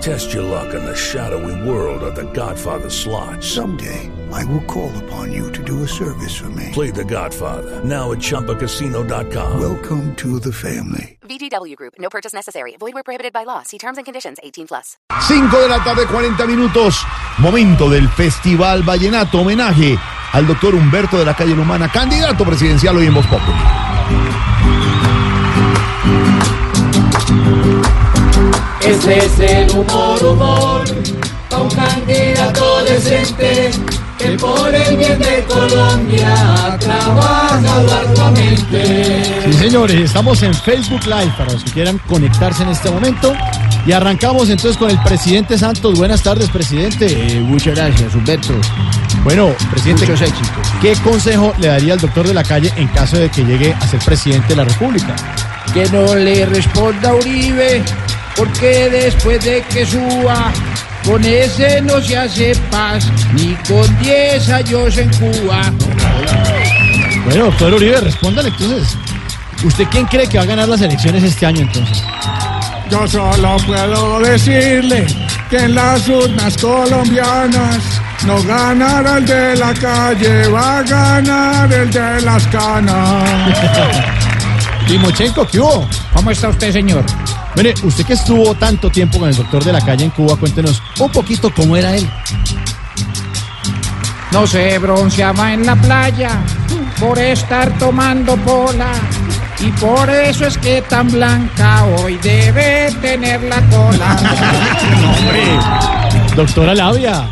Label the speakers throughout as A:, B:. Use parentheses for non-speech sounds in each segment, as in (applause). A: Test your luck in the shadowy world of the Godfather slot.
B: Someday, I will call upon you to do a service for me.
A: Play the Godfather, now at Chumpacasino.com.
B: Welcome to the family.
C: VGW Group, no purchase necessary. Void where prohibited by law. See terms and conditions 18 plus.
D: 5 de la tarde, 40 minutos. Momento del Festival Vallenato. Homenaje al doctor Humberto de la Calle Humana, candidato presidencial hoy en Voz Populi.
E: Ese es el humor, humor, pa' un candidato decente que por el bien de Colombia trabaja arduamente.
F: Sí, señores, estamos en Facebook Live para los que quieran conectarse en este momento. Y arrancamos entonces con el presidente Santos. Buenas tardes, presidente.
G: Eh, muchas gracias, Humberto.
F: Bueno, presidente,
G: Muchos éxitos.
F: ¿qué consejo le daría al doctor de la calle en caso de que llegue a ser presidente de la República?
G: Que no le responda a Uribe, porque después de que suba, con ese no se hace paz, ni con 10 años en Cuba.
F: Bueno, doctor Uribe, respóndale entonces. ¿Usted quién cree que va a ganar las elecciones este año entonces?
H: Yo solo puedo decirle que en las urnas colombianas no ganará el de la calle, va a ganar el de las canas.
F: (laughs) Timochenko, ¿qué hubo?
G: ¿Cómo está usted, señor?
F: Mire, usted que estuvo tanto tiempo con el doctor de la calle en Cuba, cuéntenos un poquito cómo era él.
G: No se bronceaba en la playa por estar tomando pola. Y por eso es que tan blanca hoy debe tener la cola.
F: Doctora Labia.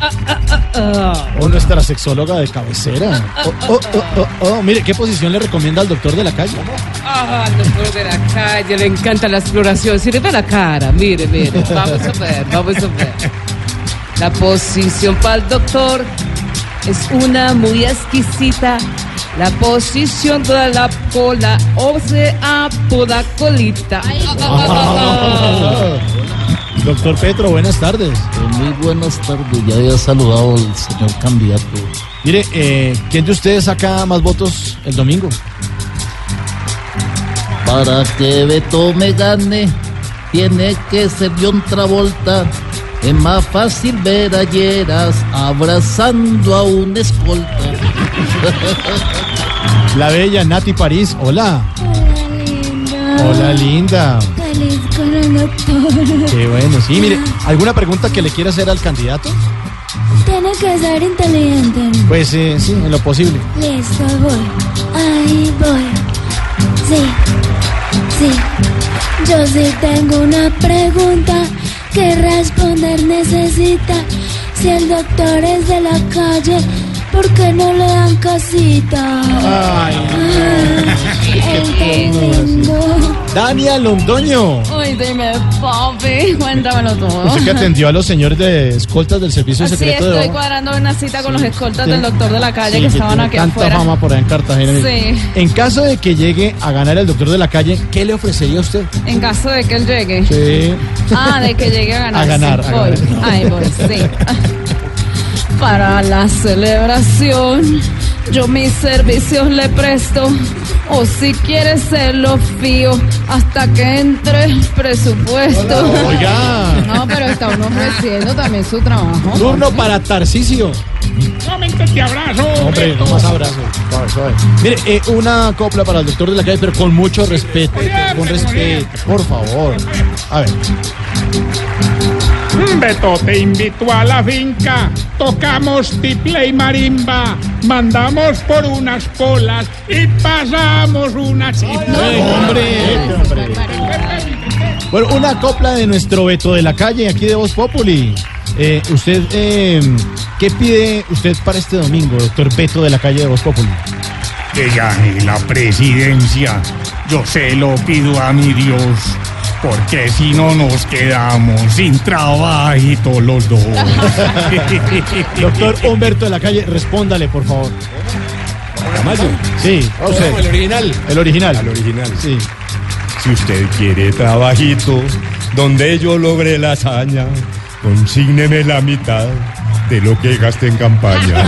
F: O nuestra sexóloga de cabecera. Oh, oh, oh, oh, oh. Mire, ¿qué posición le recomienda al doctor de la calle?
I: (laughs) Ah, doctor de la calle, le encanta la exploración. Si le ve la cara, mire, mire. Vamos a ver, vamos a ver. La posición para el doctor es una muy exquisita. La posición toda la cola, o sea, toda colita.
F: Doctor Petro, buenas tardes.
J: Eh, Muy buenas tardes, ya había saludado al señor candidato.
F: Mire, eh, ¿quién de ustedes saca más votos el domingo?
J: Para que Beto me gane, tiene que ser John Travolta. Es más fácil ver a Lleras abrazando a un escolta.
F: La bella Nati París, hola.
I: Ah.
F: Hola, linda.
K: Feliz con el doctor.
F: Qué bueno, sí, mire,
I: Ah.
F: ¿alguna pregunta que le quiera hacer al candidato?
K: Tiene que ser inteligente.
F: Pues eh, sí, en lo posible.
K: Listo, voy. Ahí voy. Sí, sí. Yo sí tengo una pregunta que responder necesita. Si el doctor es de la calle, ¿por qué no le dan casita?
F: (laughs) Ay,
K: el domingo.
F: Dania Londoño.
I: Uy, dime, papi, (laughs) cuéntamelo todo.
F: Usted que atendió a los señores de escoltas del Servicio
I: Así
F: Secreto de
I: estoy
F: Obra.
I: cuadrando una cita (laughs) con los escoltas
F: Sí.
I: del doctor de la calle
F: Sí,
I: que estaban
F: tiene
I: aquí
F: tanta
I: afuera.
F: fama por allá en Cartagena.
I: Sí.
F: En caso de que llegue a ganar el doctor de la calle, ¿qué le ofrecería a usted?
I: En caso de que él llegue.
F: Sí.
I: Ah, de que llegue a ganar.
F: A ganar,
I: sí,
F: a
I: voy.
F: ganar.
I: Ahí voy,
F: (laughs)
I: sí. Para la celebración, yo mis servicios le presto. O si quieres se los fío hasta que entre el presupuesto.
F: Oiga.
I: No, pero está uno ofreciendo también su trabajo.
F: Turno para Tarcisio.
H: Solamente te abrazo.
F: Hombre, no más abrazo. Mire, eh, una copla para el doctor de la calle, pero con mucho respeto. Con respeto, por favor. A ver.
H: Mm, Beto, te invito a la finca, tocamos tiple y marimba, mandamos por unas colas y pasamos una cifra.
F: Hombre. Bueno, una copla de nuestro Beto de la calle, aquí de Voz Populi. Eh, usted, eh, ¿qué pide usted para este domingo, doctor Beto de la calle de Voz Populi?
H: Que gane la presidencia, yo se lo pido a mi Dios, porque si no nos quedamos sin trabajito
L: (laughs)
H: los dos. (laughs)
F: Doctor Humberto de la calle, respóndale, por favor. Sí, usted.
H: original.
F: El original. El original. Sí.
L: Si usted quiere trabajito donde yo logre la hazaña, consígneme la mitad de lo que gasté en campaña.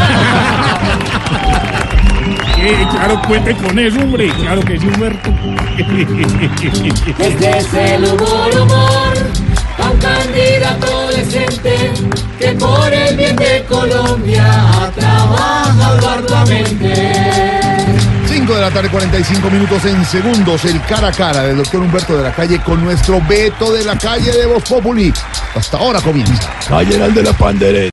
H: Eh, claro, cuente con eso, hombre. Claro que sí, Humberto.
E: Este es el humor, humor, a un candidato decente que por el bien de Colombia trabaja arduamente.
D: 5 de la tarde, 45 minutos en segundos. El cara a cara del doctor Humberto de la Calle con nuestro Beto de la Calle de Voz Populi. Hasta ahora comienza.
A: Calle era el de la pandereta.